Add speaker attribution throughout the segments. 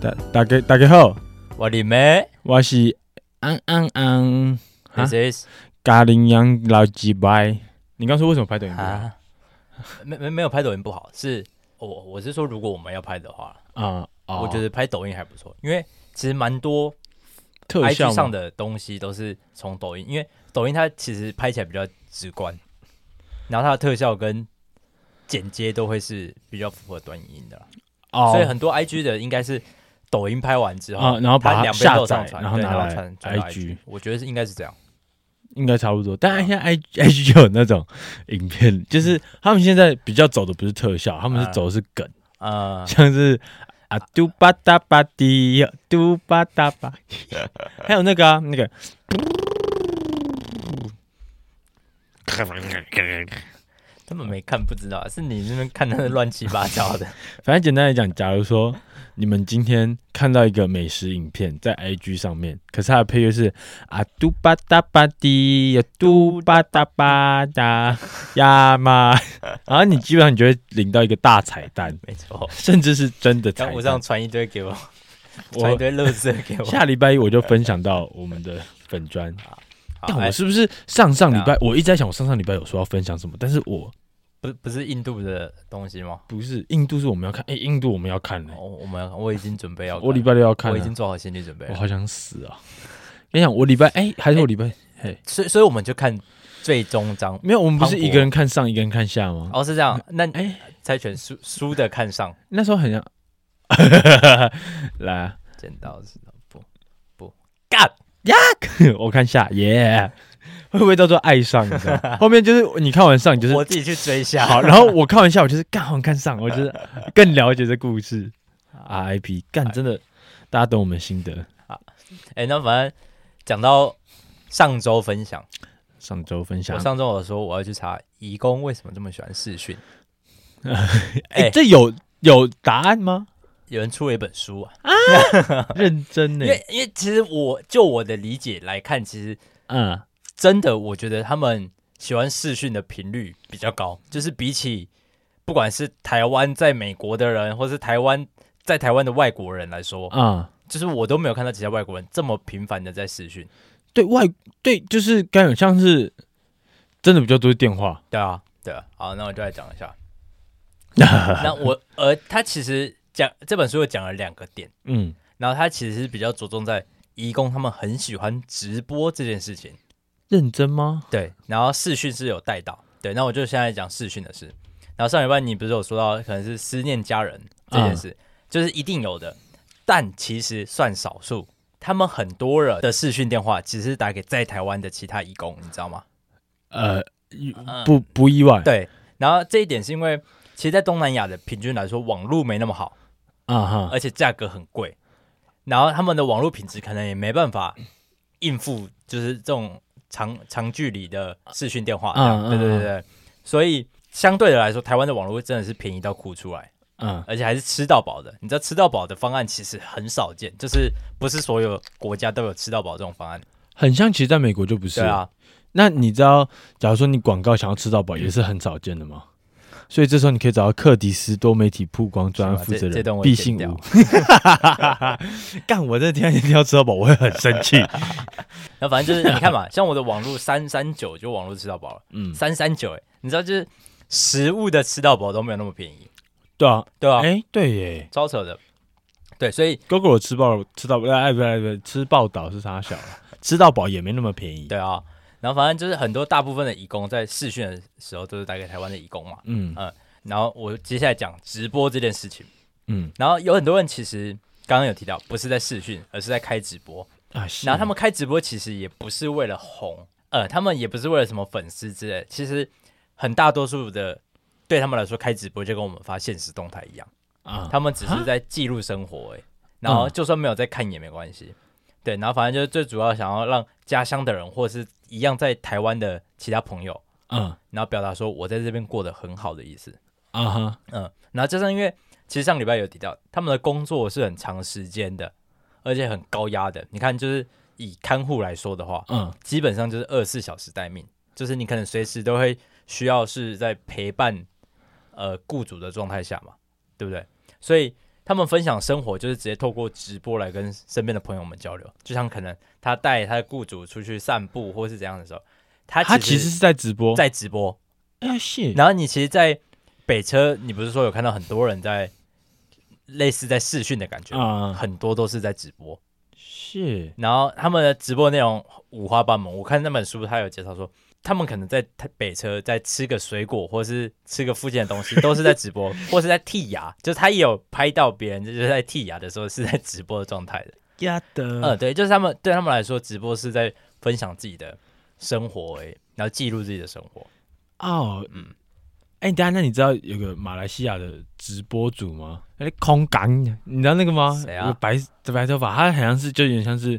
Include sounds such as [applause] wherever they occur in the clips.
Speaker 1: 大大家大家好，
Speaker 2: 我的妹
Speaker 1: 我是安安安啊
Speaker 2: ，This is
Speaker 1: 咖喱羊老几拜。你刚说为什么拍抖音不好啊？
Speaker 2: 啊，没没没有拍抖音不好，是我我是说，如果我们要拍的话，
Speaker 1: 哦
Speaker 2: 我觉得拍抖音还不错，因为其实蛮多
Speaker 1: 特效
Speaker 2: IG 上
Speaker 1: 嘛
Speaker 2: 的东西都是从抖音，因为抖音它其实拍起来比较直观，然后它的特效跟剪接都会是比较符合短影音的啦，
Speaker 1: 哦，
Speaker 2: 所以很多 IG 的应该是抖音拍完之后，
Speaker 1: 啊，然后把
Speaker 2: 它
Speaker 1: 它
Speaker 2: 两边都
Speaker 1: 下
Speaker 2: 有上
Speaker 1: 载，
Speaker 2: 传，
Speaker 1: 然后
Speaker 2: 对
Speaker 1: 拿
Speaker 2: 然后
Speaker 1: 来
Speaker 2: 传传到
Speaker 1: IG，
Speaker 2: 我觉得是应该是这样，
Speaker 1: 应该差不多。但
Speaker 2: 啊
Speaker 1: 现在 I IG 就有那种影片，就是他们现在比较走的不是特效，他们是
Speaker 2: 嗯啊
Speaker 1: 走的是梗，
Speaker 2: 嗯，
Speaker 1: 像是啊嘟吧嗒吧滴，嘟吧嗒吧， [laughs] 还有那个啊那个，
Speaker 2: 他们没看不知道，啊是你那边看的乱七八
Speaker 1: [laughs]
Speaker 2: 糟的。
Speaker 1: 反正简单来讲，假如说你们今天看到一个美食影片在 IG 上面，可是它的配乐是啊嘟吧嗒吧滴，呀嘟吧嗒吧嗒呀嘛，然后你基本上你就会领到一个大彩蛋， [laughs]
Speaker 2: 没错，
Speaker 1: 甚至是真的彩
Speaker 2: 刚
Speaker 1: 蛋。
Speaker 2: 我这样传一堆给我，传一
Speaker 1: 我
Speaker 2: 堆乐色给
Speaker 1: [laughs]
Speaker 2: 我。
Speaker 1: 下礼拜一我就分享到我们的粉
Speaker 2: [laughs]
Speaker 1: 砖。
Speaker 2: 好
Speaker 1: 但
Speaker 2: 哎啊
Speaker 1: 我是不是上上礼拜我一直在想，我上上礼拜有说要分享什么，但是我
Speaker 2: 不不是印度的东西吗？
Speaker 1: 不是印度是我们要看，哎、印度我们要看呢、
Speaker 2: 哦，我们我已经准备要看了，
Speaker 1: 我礼拜六要看、啊，
Speaker 2: 我已经做好心理准备
Speaker 1: 我
Speaker 2: 了，
Speaker 1: 好想死啊！跟你讲，我礼拜哎、还是我礼拜、
Speaker 2: 所以所以我们就看最终章。
Speaker 1: 没有，我们不是
Speaker 2: 磅礴
Speaker 1: 一个人看上，一个人看下吗？
Speaker 2: 哦，是这样，那
Speaker 1: 哎
Speaker 2: 猜拳输输的看上
Speaker 1: 那时候很像， [laughs] 来、啊， [laughs]
Speaker 2: 剪刀石头布不干，
Speaker 1: 我看下，耶、会不会叫做爱上？你知道 [laughs] 吗后面就是你看完上，你就是
Speaker 2: 我自己去追下。
Speaker 1: 好，然后我看完下，我就是干，好看上，我 [laughs] 就是更了解这故事。RIP，干真的，大家懂我们心得。
Speaker 2: 哎，那反正讲到上周分享，
Speaker 1: 上周分享
Speaker 2: 我，上周我说我要去查移工为什么这么喜欢视讯，
Speaker 1: 哎、
Speaker 2: 哎
Speaker 1: 这有有答案吗？
Speaker 2: 有人出了一本书啊，
Speaker 1: 认真呢、
Speaker 2: 因为因为其实我就我的理解来看，其实
Speaker 1: 嗯，
Speaker 2: 真的我觉得他们喜欢视讯的频率比较高，就是比起不管是台湾在美国的人，或是台湾在台湾的外国人来说，
Speaker 1: 啊、
Speaker 2: 就是我都没有看到其他外国人这么频繁的在视讯。
Speaker 1: 对外对，就是刚有像是真的比较多是电话。
Speaker 2: 对啊，对啊，好，那我就来讲一下。那我呃，他其实讲这本书有讲了两个点，
Speaker 1: 嗯，
Speaker 2: 然后他其实是比较着重在移工他们很喜欢直播这件事情。
Speaker 1: 认真吗？
Speaker 2: 对，然后视讯是有带到，对，那我就现在讲视讯的事。然后上礼拜你不是有说到可能是思念家人这件事，就是一定有的，但其实算少数。他们很多人的视讯电话其实是打给在台湾的其他义工，你知道吗？
Speaker 1: 呃，不不意外。
Speaker 2: 嗯对，然后这一点是因为，其实，在东南亚的平均来说，网络没那么好，
Speaker 1: 啊哈，
Speaker 2: 而且价格很贵，然后他们的网络品质可能也没办法应付，就是这种长长距离的视讯电话这样。
Speaker 1: 嗯嗯
Speaker 2: 对对对对，所以相对的来说，台湾的网络真的是便宜到哭出来，
Speaker 1: 嗯
Speaker 2: 而且还是吃到饱的。你知道吃到饱的方案其实很少见，就是不是所有国家都有吃到饱这种方案。
Speaker 1: 很像，其实在美国就不是。
Speaker 2: 对啊，
Speaker 1: 那你知道，假如说你广告想要吃到饱，也是很少见的吗？所以这时候你可以找到克迪斯多媒体曝光专案负责
Speaker 2: 是吗这这段
Speaker 1: 人
Speaker 2: 我
Speaker 1: 毕
Speaker 2: 也
Speaker 1: 信
Speaker 2: 剪
Speaker 1: 武
Speaker 2: 掉。
Speaker 1: [laughs] 干，我这天天听到吃到饱，我会很生
Speaker 2: [laughs]
Speaker 1: 气。
Speaker 2: 那反正
Speaker 1: [laughs]
Speaker 2: 就是你看嘛，像我的网络三三九就网络吃到饱了，
Speaker 1: 嗯
Speaker 2: 嗯，三三九，哎，你知道就是食物的吃到饱都没有那么便宜，
Speaker 1: 对啊，
Speaker 2: 对啊，
Speaker 1: 哎，对耶
Speaker 2: 超扯的。对，所以
Speaker 1: ，GoGo 我吃饱吃到哎不不不吃报道是啥小
Speaker 2: [laughs]
Speaker 1: 啊？吃到饱也没那么便宜。
Speaker 2: 对啊，然后反正就是很多大部分的义工在试训的时候都是打给台湾的义工嘛。
Speaker 1: 嗯
Speaker 2: 然后我接下来讲直播这件事情，
Speaker 1: 嗯
Speaker 2: 然后有很多人其实刚刚有提到，不是在试训，而是在开直播。
Speaker 1: 啊，
Speaker 2: 嗯然后他们开直播其实也不是为了红，呃，他们也不是为了什么粉丝之类，其实很大多数的对他们来说，开直播就跟我们发现实动态一样，
Speaker 1: 啊，
Speaker 2: 他们只是在记录生活、欸，然后就算没有在看也没关系。对，然后反正就是最主要想要让家乡的人，或者是一样在台湾的其他朋友，
Speaker 1: 嗯
Speaker 2: 然后表达说我在这边过得很好的意思。
Speaker 1: 啊哈，
Speaker 2: 嗯，然后加上因为其实上礼拜有提到，他们的工作是很长时间的，而且很高压的。你看，就是以看护来说的话，
Speaker 1: 嗯
Speaker 2: 基本上就是二十四小时待命，就是你可能随时都会需要是在陪伴呃雇主的状态下嘛，对不对？所以他们分享生活就是直接透过直播来跟身边的朋友们交流，就像可能他带他的雇主出去散步或是怎样的时候，他
Speaker 1: 他其实是在直播，
Speaker 2: 在直播。
Speaker 1: 哎是，
Speaker 2: 然后你其实，在北车，你不是说有看到很多人在类似在视讯的感觉吗，
Speaker 1: 啊
Speaker 2: 很多都是在直播。
Speaker 1: 是
Speaker 2: 然后他们的直播内容五花八门。我看那本书，他有介绍说，他们可能在台北车在吃个水果，或是吃个附近的东西，都是在直播，或是在剔牙。就是他也有拍到别人就是在剔牙的时候是在直播的状态的。
Speaker 1: 呀
Speaker 2: 呃，
Speaker 1: 的，
Speaker 2: 对，就是他们对他们来说，直播是在分享自己的生活、诶，然后记录自己的生活。
Speaker 1: 哦
Speaker 2: 嗯
Speaker 1: 嗯，哎，等一下，那你知道有个马来西亚的直播主吗？哎，空港，你知道那个吗？
Speaker 2: 谁啊
Speaker 1: 有白白头发，他好像是就有点像是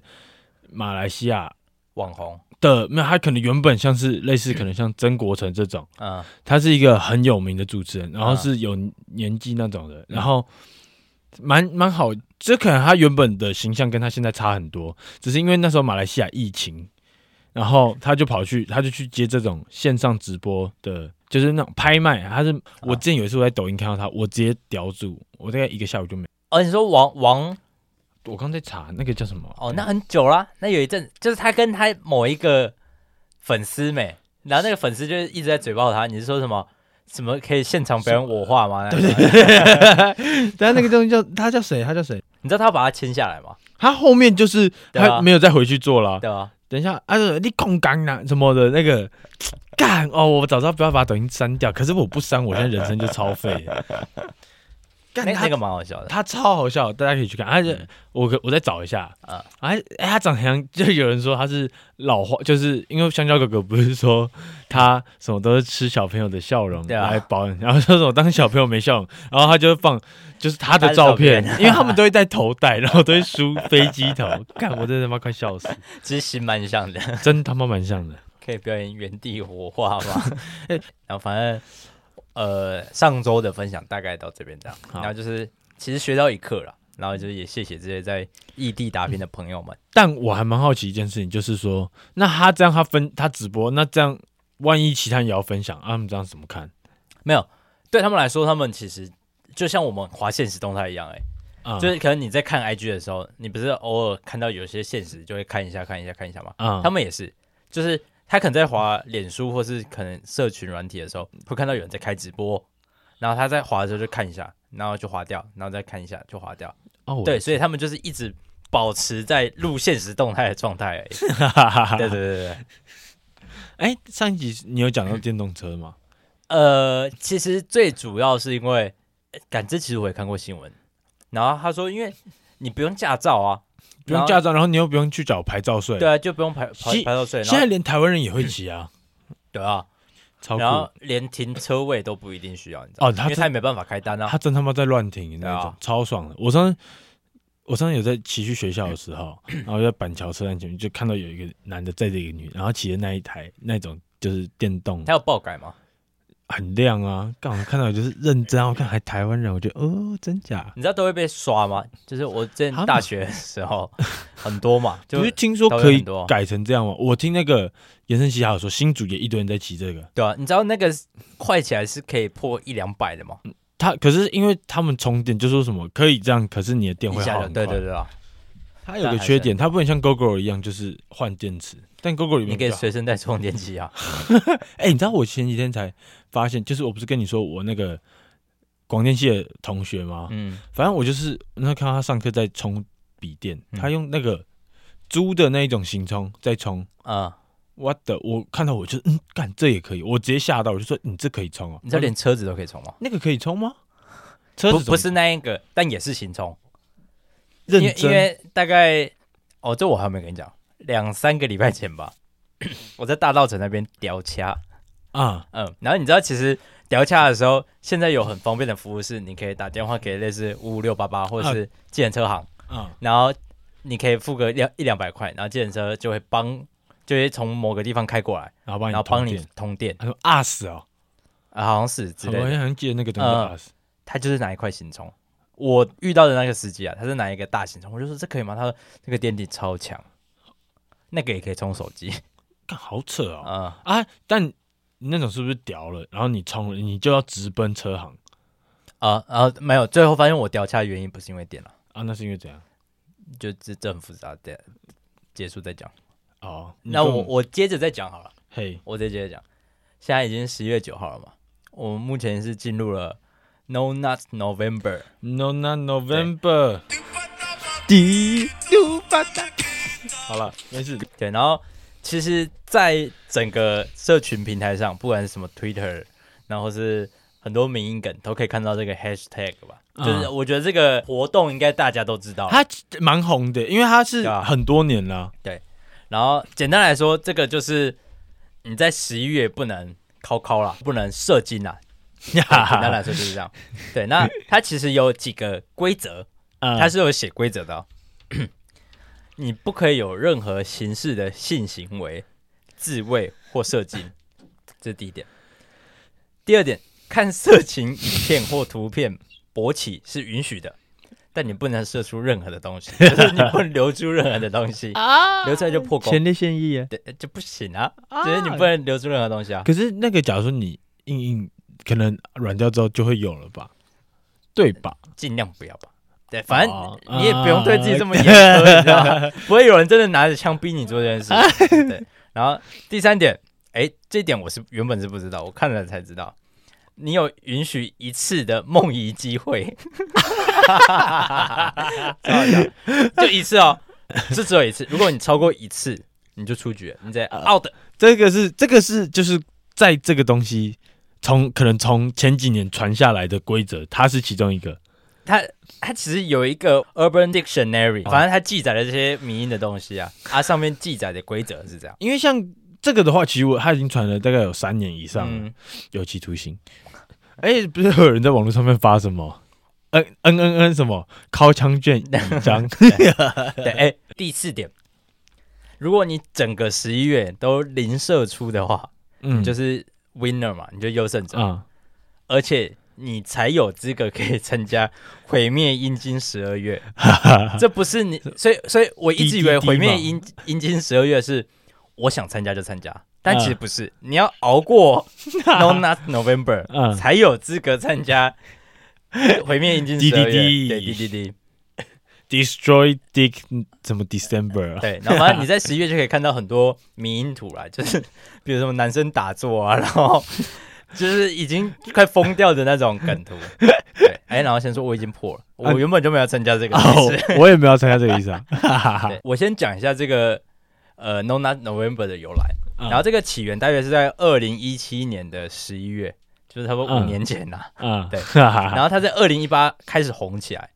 Speaker 1: 马来西亚
Speaker 2: 网红，
Speaker 1: 的，没有，他可能原本像是类似，可能像曾国成这种。
Speaker 2: 嗯
Speaker 1: 他是一个很有名的主持人，然后
Speaker 2: 啊
Speaker 1: 是有年纪那种的，然后蛮蛮好。这可能他原本的形象跟他现在差很多，只是因为那时候马来西亚疫情，然后他就跑去，他就去接这种线上直播的，就是那种拍卖。他是我之前有一次我在抖音看到他，我直接叼住，我大概一个下午就没。
Speaker 2: 哦，你说王王
Speaker 1: 我刚在查那个叫什么？
Speaker 2: 哦，那很久啦，那有一阵就是他跟他某一个粉丝没，然后那个粉丝就一直在嘴爆他，你是说什么什么可以现场表演我话
Speaker 1: [laughs]
Speaker 2: 吗？那
Speaker 1: [laughs]
Speaker 2: 种
Speaker 1: 但那个东西叫他叫谁？他叫谁？
Speaker 2: 你知道他把他签下来吗？
Speaker 1: 他后面就是
Speaker 2: 对啊
Speaker 1: 他没有再回去做了啊、
Speaker 2: 对吧？
Speaker 1: 等一下，啊，你空港哪什么的那个干哦，我早知道不要把抖音删掉，可是我不删，我现在人生就超废
Speaker 2: [laughs]
Speaker 1: 了。干
Speaker 2: 那
Speaker 1: 他
Speaker 2: 那个蛮好笑的，
Speaker 1: 他超好笑，大家可以去看。而且我可我再找一下
Speaker 2: 啊
Speaker 1: 啊，哎哎，他长得像，就有人说他是老花，就是因为香蕉哥哥不是说他什么都是吃小朋友的笑容
Speaker 2: 对啊
Speaker 1: 来保养，然后说什么当小朋友没笑容，然后他就会放就是他
Speaker 2: 他的
Speaker 1: 的
Speaker 2: 照
Speaker 1: 照片
Speaker 2: 片，
Speaker 1: 因为他们都会戴头戴，然后都会梳飞机头，干我真的他妈快笑死，
Speaker 2: 其实心蛮像的，
Speaker 1: 真他妈蛮像的。
Speaker 2: 可以表演原地火化
Speaker 1: [laughs]
Speaker 2: 吗？ [laughs] 然后反正呃上周的分享大概到这边这样，
Speaker 1: 好
Speaker 2: 然后就是其实学到一课了，然后就是也谢谢这些在异地打拼的朋友们，
Speaker 1: 但我还蛮好奇一件事情，就是说，那他这样他分他直播，那这样万一其他人也要分享，啊、他们这样怎么看
Speaker 2: 没有对他们来说，他们其实就像我们划现实动态一样、欸，哎。
Speaker 1: 啊？
Speaker 2: 就是可能你在看 IG 的时候，你不是偶尔看到有些现实就会看一下看一下看一下吗？
Speaker 1: 啊，
Speaker 2: 他们也是，就是他可能在滑脸书或是可能社群软体的时候，会看到有人在开直播，然后他在滑的时候就看一下，然后就滑掉，然后再看一下就滑掉。
Speaker 1: 哦，我 [laughs]
Speaker 2: 对，所以他们就是一直保持在录现实动态的状态而已。 [laughs] 对对对对对。
Speaker 1: 哎、上一集你有讲到电动车
Speaker 2: [laughs]
Speaker 1: 吗？
Speaker 2: [laughs] 呃，其实最主要是因为，呃感知其实我也看过新闻，然后他说，因为你不用驾照啊，
Speaker 1: 不用驾照，然后你又不用去缴牌照税。
Speaker 2: 对，啊，就不用排排
Speaker 1: 现
Speaker 2: 排到税，然
Speaker 1: 现在
Speaker 2: 后
Speaker 1: 连台湾人也会骑啊，
Speaker 2: 对啊，
Speaker 1: 超酷
Speaker 2: 然！后连停车位都不一定需要，你知道
Speaker 1: 哦
Speaker 2: 吗？
Speaker 1: 他
Speaker 2: 因为
Speaker 1: 真
Speaker 2: 他也没办法开单啊
Speaker 1: 他。真他妈在乱停那
Speaker 2: 对
Speaker 1: 种
Speaker 2: 啊，
Speaker 1: 超爽的。我上次我上次有在骑去学校的时
Speaker 2: [clears throat]
Speaker 1: 候，然后在板桥车站前面就看到有一个男的载着一个女，然后骑的那一台那种就是电动
Speaker 2: 他有爆改吗？
Speaker 1: 很亮啊！刚好看到就是认真啊，我看还台湾人，我觉得哦，真假？
Speaker 2: 你知道都会被刷吗？就是我之前
Speaker 1: 蛤
Speaker 2: 大学的时
Speaker 1: [laughs]
Speaker 2: 候很多嘛，就
Speaker 1: 不是听说
Speaker 2: 台湾
Speaker 1: 可
Speaker 2: 人
Speaker 1: 以
Speaker 2: 很多啊
Speaker 1: 改成这样吗？我听那个延伸奇侠有说，新竹也一堆人在骑这个，
Speaker 2: 对啊，你知道那个快起来是可以破一两百的吗？
Speaker 1: 他可是因为他们充电就说什么可以这样，可是你的电
Speaker 2: 一
Speaker 1: 会
Speaker 2: 下
Speaker 1: 耗
Speaker 2: 就
Speaker 1: 很
Speaker 2: 对
Speaker 1: 快。
Speaker 2: 对对啊，
Speaker 1: 它有个缺点，它不能像 GoGo 一样就是换电池，但 GoGo 里
Speaker 2: 你
Speaker 1: 面
Speaker 2: 可以
Speaker 1: 比较好
Speaker 2: 随身带充电
Speaker 1: [laughs]
Speaker 2: 器啊。
Speaker 1: 哎、你知道我前几天才发现，就是我不是跟你说我那个广电系的同学吗？
Speaker 2: 嗯，
Speaker 1: 反正我就是那看到他上课在充笔电，
Speaker 2: 嗯
Speaker 1: 他用那个租的那一种行充在充。
Speaker 2: 啊，
Speaker 1: 我的，我看到我就嗯，干这也可以，我直接吓到，我就说你这可以充哦、
Speaker 2: 你知道连车子都可以充吗？
Speaker 1: 那个可以充吗？车
Speaker 2: 不
Speaker 1: 子怎么
Speaker 2: 不是那一个，但也是行充，因为
Speaker 1: 认
Speaker 2: 因
Speaker 1: 真
Speaker 2: 为大概哦，这我还没跟你讲，两三个礼拜前吧， [coughs] 我在大稻城那边屌掐。
Speaker 1: 啊
Speaker 2: 嗯，然后你知道，其实聊洽的时候，现在有很方便的服务是，你可以打电话给类似五五六八八或者是计程车行，
Speaker 1: 啊
Speaker 2: 然后你可以付个两一两百块，然后计程车就会帮，就会从某个地方开过来，
Speaker 1: 然后帮
Speaker 2: 然
Speaker 1: 你
Speaker 2: 后帮你
Speaker 1: 充电，
Speaker 2: 通电，
Speaker 1: 他说啊死哦，
Speaker 2: 啊，好像是之
Speaker 1: 我
Speaker 2: 类
Speaker 1: 好
Speaker 2: 的。
Speaker 1: 像记得那个东西叫
Speaker 2: 嗯
Speaker 1: 啊死，
Speaker 2: 他就是拿一块行充，我遇到的那个司机啊，他是拿一个大行充，我就说这可以吗？他说这个电力超强，那个也可以充手机，
Speaker 1: 干好扯哦
Speaker 2: 嗯。
Speaker 1: 啊！但你那种是不是屌了？然后你充了，你就要直奔车行
Speaker 2: 啊啊，没有，最后发现我掉下来的原因不是因为电脑，
Speaker 1: 啊，那是因为怎样？
Speaker 2: 就这这很复杂的，结束再讲。
Speaker 1: 哦，你
Speaker 2: 那
Speaker 1: 跟
Speaker 2: 我我接着再讲好了，
Speaker 1: 嘿，
Speaker 2: 我再接着讲。现在已经十一月九号了嘛，我们目前是进入了 No Not November。
Speaker 1: No Not November，
Speaker 2: 第
Speaker 1: 好了，没事。
Speaker 2: 对，然后其实，在整个社群平台上，不管是什么 Twitter，然后是很多民音梗，都可以看到这个 hashtag 吧。
Speaker 1: 嗯
Speaker 2: 就是我觉得这个活动应该大家都知道。
Speaker 1: 他蛮红的，因为他是
Speaker 2: 对啊
Speaker 1: 很多年了。
Speaker 2: 然后简单来说，这个就是你在十一月不能考考啦，不能射精啦。 [laughs]
Speaker 1: 哈
Speaker 2: 简单来说就是这样。对，那它其实有几个规则，它
Speaker 1: 他
Speaker 2: 是有写规则的、哦。 [clears throat] 你不可以有任何形式的性行为、自慰或射精，这是第一点。第二点，看色情影片或图片勃起是允许的，但你不能射出任何的东西，就是你不能流出任何的东西，
Speaker 1: 啊
Speaker 2: 流出来就破功，
Speaker 3: 前列腺液啊，
Speaker 2: 对，就不行啊，就是你不能流出任何东西啊。
Speaker 1: 可是那个，假如说你硬硬，可能软掉之后就会有了吧？对吧？
Speaker 2: 尽量不要吧。对，反
Speaker 1: 哦
Speaker 2: 正你也不用对自己这么严苛，你知道吗？ [laughs] 不会有人真的拿着枪逼你做这件事情。对，然后第三点，哎，这点我是原本是不知道，我看了才知道，你有允许一次的梦遗机会， [laughs] 超好笑就一次哦，是只有一次。如果你超过一次，你就出局了，你在 out。
Speaker 1: 这个是这个是就是在这个东西从可能从前几年传下来的规则，它是其中一个。
Speaker 2: 它它其实有一个 Urban Dictionary，反正它记载了这些迷因的东西啊，它上面记载的规则是这样。
Speaker 1: 因为像这个的话，其实我它已经传了大概有三年以上了，
Speaker 2: 嗯
Speaker 1: 有期徒刑。哎、不是有人在网络上面发什么？嗯嗯嗯嗯，什么掏枪卷
Speaker 2: [laughs]
Speaker 1: 一张？
Speaker 2: 对，哎、第四点，如果你整个十一月都零射出的话，
Speaker 1: 嗯，
Speaker 2: 你就是 winner 嘛，你就优胜者，
Speaker 1: 啊、
Speaker 2: 而且你才有资格可以参加毁灭阴茎十
Speaker 1: [laughs]
Speaker 2: 二月。这不是你，所以，所以我一直以为
Speaker 1: DDD
Speaker 2: 毁灭
Speaker 1: 嘛
Speaker 2: 阴阴茎十二月是我想参加就参加，但
Speaker 1: 嗯
Speaker 2: 其实不是，你要
Speaker 1: [laughs]
Speaker 2: 熬过 No Not November、
Speaker 1: 嗯
Speaker 2: 才有资格参加毁灭阴茎十二月。
Speaker 1: DDD
Speaker 2: 对 DDD。
Speaker 1: d e s t r o y Dick 嗯什么 December 啊？
Speaker 2: [laughs] 对，然后反正你在十一月就可以看到很多迷因图啦，就是 [laughs] 比如什么男生打坐啊，然后就是已经快疯掉的那种梗图。对，哎，然后先说我已经破了，我原本就没有参加这个
Speaker 1: 哦
Speaker 2: 仪
Speaker 1: [laughs]
Speaker 2: 式。，
Speaker 1: 我也没有参加这个意思啊。哈哈哈
Speaker 2: [laughs] 对，我先讲一下这个呃 No Not November 的由来，
Speaker 1: 嗯
Speaker 2: 然后这个起源大约是在二零一七年的十一月，就是差不多五
Speaker 1: 嗯
Speaker 2: 年前啦、
Speaker 1: 啊，
Speaker 2: 对
Speaker 1: 哈哈哈
Speaker 2: 然后它在二零一八开始红起来。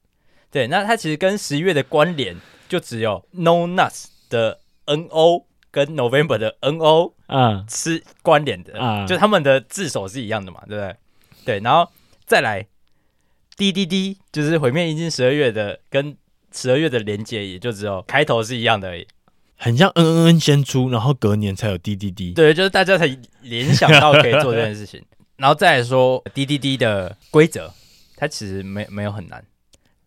Speaker 2: 对，那它其实跟十一月的关联就只有 No Nuts 的 N O 跟 November 的 N O
Speaker 1: 啊
Speaker 2: 是关联的，
Speaker 1: 啊
Speaker 2: 就他们的字首是一样的嘛，对不对？对，然后再来 D D D 就是毁灭阴茎十二月的跟十二月的连接，也就只有开头是一样的而已。
Speaker 1: 很像嗯嗯嗯先出，然后隔年才有 DDD。
Speaker 2: 对，就是大家才联想到可以做这件事情。然后再来说 D D D 的规则，它其实没没有很难，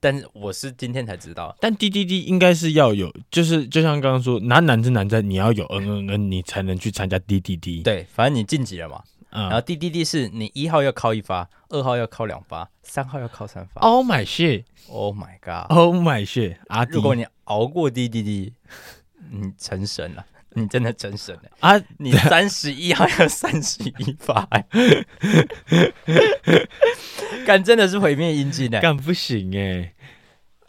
Speaker 2: 但是我是今天才知道，
Speaker 1: 但 DDD 应该是要有，就是就像刚刚说，拿男是男在，你要有嗯嗯嗯，你才能去参加 DDD。，
Speaker 2: 对，反正你晋级了嘛。然后
Speaker 1: 啊
Speaker 2: D D D 是你一号要靠一发，二号要靠两发，三号要靠三发。
Speaker 1: ，Oh my shit，Oh
Speaker 2: Oh my god！
Speaker 1: my shit，阿迪
Speaker 2: 如果你熬过 D D D，你成神了，你真的成神了。
Speaker 1: 啊，
Speaker 2: 你三十一号要三十一发、
Speaker 1: [laughs]
Speaker 2: 欸，干真的是毁灭阴茎的，欸
Speaker 1: 干不行哎，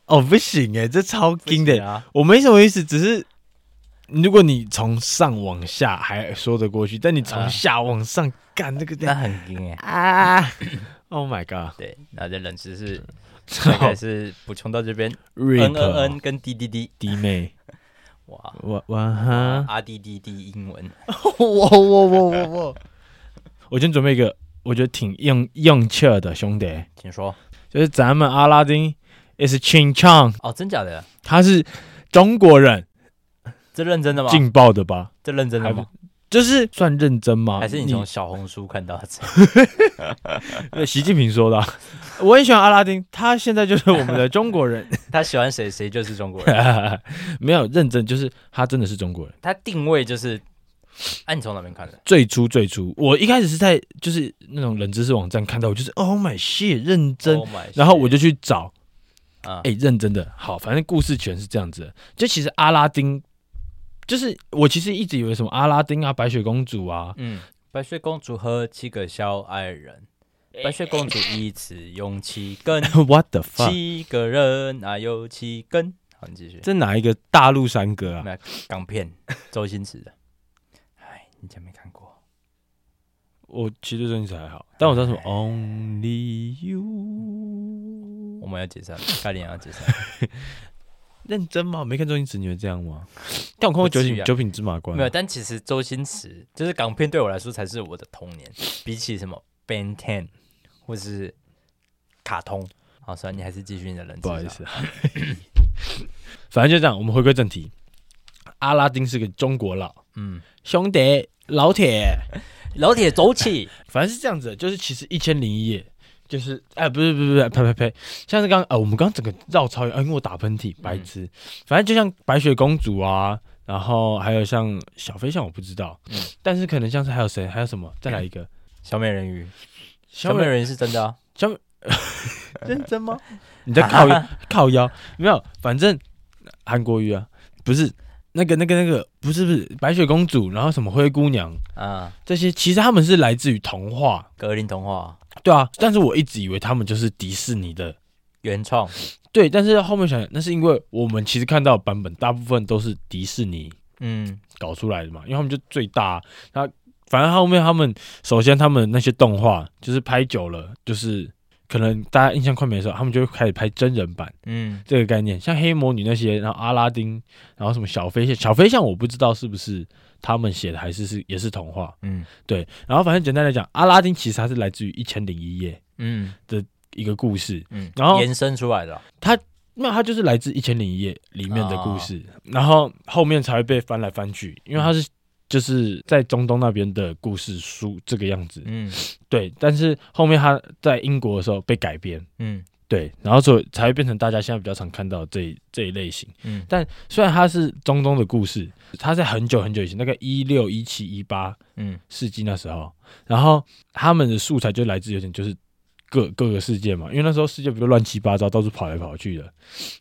Speaker 1: 哦不行哎，这超
Speaker 2: 不行
Speaker 1: 惊的，
Speaker 2: 啊！
Speaker 1: 我没什么意思，只是如果你从上往下还说得过去，但你从
Speaker 2: 啊
Speaker 1: 下往上干这个
Speaker 2: 那很硬哎、
Speaker 1: 啊！Oh [laughs] my god！
Speaker 2: 对，那这冷知识
Speaker 1: [laughs]
Speaker 2: 大概是补充到这边。
Speaker 1: 嗯 Rip
Speaker 2: N N N 跟 D D D，
Speaker 1: 弟妹，
Speaker 2: 哇
Speaker 1: 我我
Speaker 2: [laughs]
Speaker 1: 哈，
Speaker 2: ，R D D D 英文，
Speaker 1: 我我我我我，我今天准备一个我觉得挺硬硬气儿的兄弟，
Speaker 2: 请说。
Speaker 1: 就是咱们阿拉丁 is Chin Chang，
Speaker 2: 哦，真假的？
Speaker 1: 他是中国人，
Speaker 2: 这认真的吗？
Speaker 1: 劲爆的吧？
Speaker 2: 这认真的
Speaker 1: 还
Speaker 2: 吗？
Speaker 1: 就是啊算认真吗？
Speaker 2: 还是你从小红书看到的？
Speaker 1: 呃习近平说的啊、 [laughs] 我很喜欢阿拉丁，他现在就是我们的中国 [laughs] 人。
Speaker 2: [laughs] 他喜欢谁，
Speaker 1: [laughs]
Speaker 2: 谁就是中国人。
Speaker 1: 没有认真，就是他真的是中国人。
Speaker 2: 他定位就是哎、你从哪边看的？
Speaker 1: 最初最初，我一开始是在就是那种冷知识网站看到，我就是 Oh my shit，认真
Speaker 2: Oh my
Speaker 1: 然后我就
Speaker 2: shit
Speaker 1: 去找，
Speaker 2: 啊
Speaker 1: 哎、认真的，好，反正故事全是这样子的。就其实阿拉丁，就是我其实一直以为什么阿拉丁啊、白雪公主啊， [laughs]
Speaker 2: 嗯，白雪公主和七个小矮人，
Speaker 1: 哎
Speaker 2: 白雪公主一次用七根，
Speaker 1: What the [laughs] fuck？
Speaker 2: 七个人哪有七根？好，你继续。
Speaker 1: 这哪一个大陆山歌啊？
Speaker 2: 那港片， [laughs] 周星驰的。哎，你竟然没看过？
Speaker 1: 我其实对周星驰还好，但我知道什么
Speaker 2: 哎
Speaker 1: Only You。
Speaker 2: 我们要解 [laughs] 散，概念要解散。
Speaker 1: 认真吗？我没看周星驰，你会这样吗？ [laughs] 但我看过
Speaker 2: 不
Speaker 1: 九
Speaker 2: 至
Speaker 1: 品
Speaker 2: 于啊
Speaker 1: 九品芝麻官
Speaker 2: 没有，，但其实周星驰就是港片对我来说才是我的童年，比起什么 Ben Ten 或是卡通。好，算了，你还是继续你的人。
Speaker 1: [laughs] 不好意，思，啊 [laughs] 反正就这样。我们回归正题，阿拉丁是个中国佬
Speaker 2: 嗯，
Speaker 1: 兄弟，老铁。
Speaker 2: 老铁走起。
Speaker 1: 反正是这样子的，就是其实《一千零一夜》就是哎，不是不是不是，呸呸呸，像是刚呃，我们刚刚整个绕超远，哎、因为我打喷嚏，白
Speaker 2: 嗯
Speaker 1: 痴。反正就像白雪公主啊，然后还有像小飞象，我不知道，
Speaker 2: 嗯
Speaker 1: 但是可能像是还有谁，还有什么，再来一个
Speaker 2: [laughs] 小美人鱼，
Speaker 1: 小
Speaker 2: 小美
Speaker 1: 美人
Speaker 2: 人鱼是真的啊？
Speaker 1: 小美， [laughs] 认真吗？ [laughs] 你在靠靠腰没有？反正韩国语啊，不是那个那个那个，不是不是白雪公主，然后什么灰姑娘
Speaker 2: 啊，
Speaker 1: 这些，其实他们是来自于童话。
Speaker 2: 格林童话
Speaker 1: 对啊，但是我一直以为他们就是迪士尼的。
Speaker 2: 原创，
Speaker 1: 对，但是后面想，那是因为我们其实看到的版本大部分都是迪士尼
Speaker 2: 嗯，
Speaker 1: 搞出来的嘛，因为他们就最大。啊那反正后面他们首先他们那些动画就是拍久了，就是可能大家印象快没的时候，他们就会开始拍真人版
Speaker 2: 嗯，
Speaker 1: 这个概念，像黑魔女那些，然后阿拉丁，然后什么小飞象，小飞象我不知道是不是他们写的，还是是也是童话。
Speaker 2: 嗯，
Speaker 1: 对，然后反正简单来讲，阿拉丁其实它是来自于《一千零一夜》
Speaker 2: 嗯，
Speaker 1: 一个故事，
Speaker 2: 嗯，
Speaker 1: 然后
Speaker 2: 延伸出来的啊，
Speaker 1: 那它就是来自《一千零一夜》里面的故事，然后后面才会被翻来翻去，因为它是就是在中东那边的故事书这个样子。
Speaker 2: 嗯
Speaker 1: 对，但是后面它在英国的时候被改编，
Speaker 2: 嗯
Speaker 1: 对，然后所以才会变成大家现在比较常看到的这一这一类型。
Speaker 2: 嗯，
Speaker 1: 虽然它是中东的故事，它在很久很久以前，大概一六一七一八
Speaker 2: 嗯
Speaker 1: 世纪那时候，然后他们的素材就来自有点就是各各个世界嘛，因为那时候世界不就乱七八糟，到处跑来跑去的，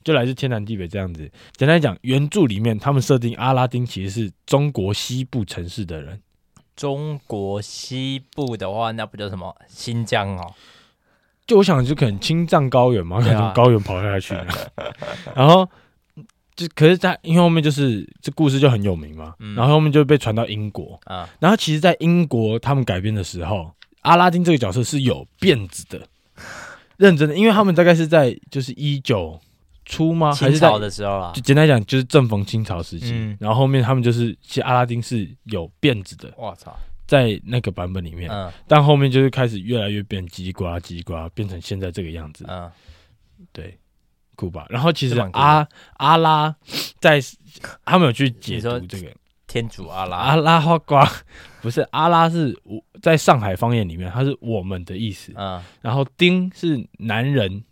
Speaker 1: 就来自天南地北这样子。简单来讲，原著里面他们设定阿拉丁其实是中国西部城市的人，
Speaker 2: 中国西部的话，那不叫什么新疆哦，
Speaker 1: 就我想就可能青藏高原嘛，可
Speaker 2: 对啊
Speaker 1: 能从高原跑下去，然后。就可是他，因为后面就是这故事就很有名嘛，
Speaker 2: 嗯
Speaker 1: 然后后面就被传到英国，
Speaker 2: 啊，
Speaker 1: 然后其实，在英国他们改编的时候，阿拉丁这个角色是有辫子的，认真的，因为他们大概是在就是一九初吗？啊还
Speaker 2: 清
Speaker 1: 是在
Speaker 2: 朝的时候啦
Speaker 1: 就，简单讲就是正逢清朝时期。
Speaker 2: 嗯
Speaker 1: 然后后面他们就是，其实阿拉丁是有辫子的，
Speaker 2: 我操，
Speaker 1: 在那个版本里面，
Speaker 2: 嗯
Speaker 1: 但后面就是开始越来越变叽里呱啦叽里呱啦，变成现在这个样子。
Speaker 2: 嗯，
Speaker 1: 对，酷吧？然后其实
Speaker 2: 是蛮酷的
Speaker 1: 阿阿拉在他们有去解
Speaker 2: 你
Speaker 1: 读
Speaker 2: 说
Speaker 1: 这个，
Speaker 2: 天主阿拉，
Speaker 1: 阿拉花瓜不是阿拉是我在上海方言里面，它是我们的意思。
Speaker 2: 嗯，
Speaker 1: 然后丁是男人，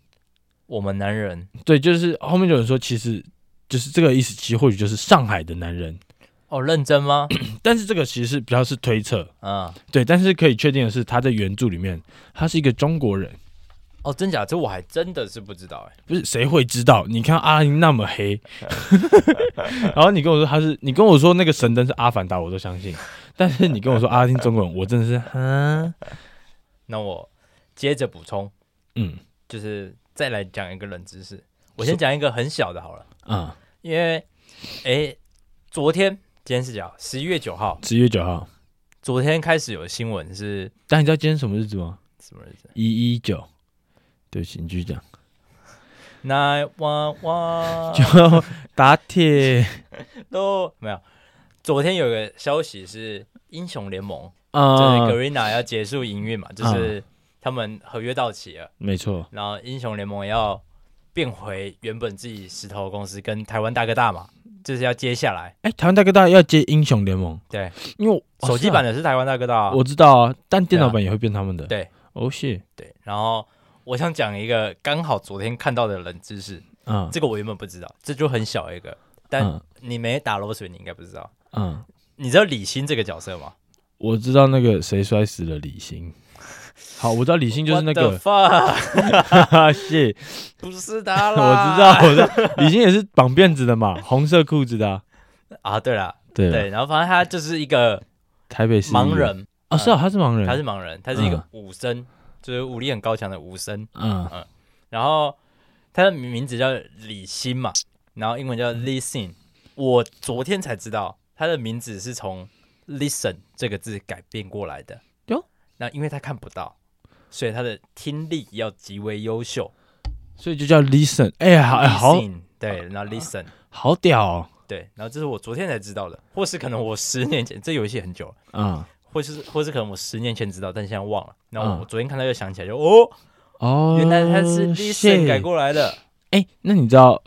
Speaker 2: 我们男人
Speaker 1: 对，就是后面有人说，其实就是这个意思，其实或许就是上海的男人，
Speaker 2: 哦，认真吗？
Speaker 1: 但是这个其实是比较是推测，
Speaker 2: 嗯，
Speaker 1: 对，但是可以确定的是，他在原著里面他是一个中国人，
Speaker 2: 哦，真假？这我还真的是不知道哎，
Speaker 1: 不是谁会知道？你看阿拉丁那么黑，然后你跟我说他是，你跟我说那个神灯是阿凡达，我都相信，但是你跟我说阿拉丁中国人，我真的是，哈，
Speaker 2: 欸那我接着补充，
Speaker 1: 嗯
Speaker 2: 就是再来讲一个冷知识，我先讲一个很小的好了，
Speaker 1: 啊，
Speaker 2: 因为，哎，昨天今天是几号？十一月九号，
Speaker 1: 十、1月九号。
Speaker 2: 昨天开始有新闻是
Speaker 1: 但你知道今天什么日子吗？
Speaker 2: 什么日子？
Speaker 1: 一一九。对不起，你继续讲。
Speaker 2: [laughs] 那哇哇 [laughs]
Speaker 1: 就打 [laughs] 铁，
Speaker 2: 都没有。昨天有个消息是英雄联盟，就是
Speaker 1: 啊，
Speaker 2: Garena 要结束营运嘛，嗯就是他们合约到期了，
Speaker 1: 没错，
Speaker 2: 然后英雄联盟要变回原本自己石头公司跟台湾大哥大嘛，就是要接下来。
Speaker 1: 哎、台湾大哥大要接英雄联盟，
Speaker 2: 对，
Speaker 1: 因为我
Speaker 2: 手机版、的是台湾大哥大啊、
Speaker 1: 我知道啊，但电脑版也会变他们的。
Speaker 2: 对，啊
Speaker 1: 哦谢，
Speaker 2: 对，然后我想讲一个刚好昨天看到的冷知识，
Speaker 1: 嗯
Speaker 2: 这个我原本不知道，这就很小一个，但
Speaker 1: 嗯
Speaker 2: 你没打螺水，你应该不知道。
Speaker 1: 嗯，
Speaker 2: 你知道李欣这个角色吗？
Speaker 1: 我知道那个谁摔死了李
Speaker 2: [laughs]
Speaker 1: 欣。好，我知道李欣就是那
Speaker 2: What
Speaker 1: 个，
Speaker 2: the fuck？
Speaker 1: 哈 [laughs] 哈，谢，
Speaker 2: [laughs] 不是
Speaker 1: [laughs]
Speaker 2: 他
Speaker 1: 我
Speaker 2: 啦，
Speaker 1: 知道，我知道， [laughs] 李欣也是绑辫子的嘛，红色裤子的啊、
Speaker 2: 啊。对了，
Speaker 1: 对
Speaker 2: 对，然后反正他就是一个
Speaker 1: 台北市议员
Speaker 2: 盲人，
Speaker 1: 哦，是啊，他是盲人，
Speaker 2: 他是盲人，他是一个
Speaker 1: 嗯
Speaker 2: 武僧，就是武力很高强的武僧。
Speaker 1: 嗯
Speaker 2: 然后他的名字叫李欣嘛，然后英文叫
Speaker 1: 嗯
Speaker 2: Lee Sin。我昨天才知道他的名字是从 listen 这个字改变过来的。
Speaker 1: 哟，
Speaker 2: 那因为他看不到，所以他的听力要极为优秀。
Speaker 1: 所以就叫 listen，哎、好、哎
Speaker 2: Lee
Speaker 1: 好
Speaker 2: Sin，对，然后 listen，
Speaker 1: 好屌、哦，
Speaker 2: 对，然后这是我昨天才知道的，或是可能我十年前，这游戏很久了，
Speaker 1: 嗯，
Speaker 2: 或是或是可能我十年前知道，但现在忘了。然
Speaker 1: 嗯
Speaker 2: 后我昨天看到又想起来就，哦，
Speaker 1: 哦，
Speaker 2: 原来他是 listen
Speaker 1: shit
Speaker 2: 改。过来的，
Speaker 1: 哎、那你知道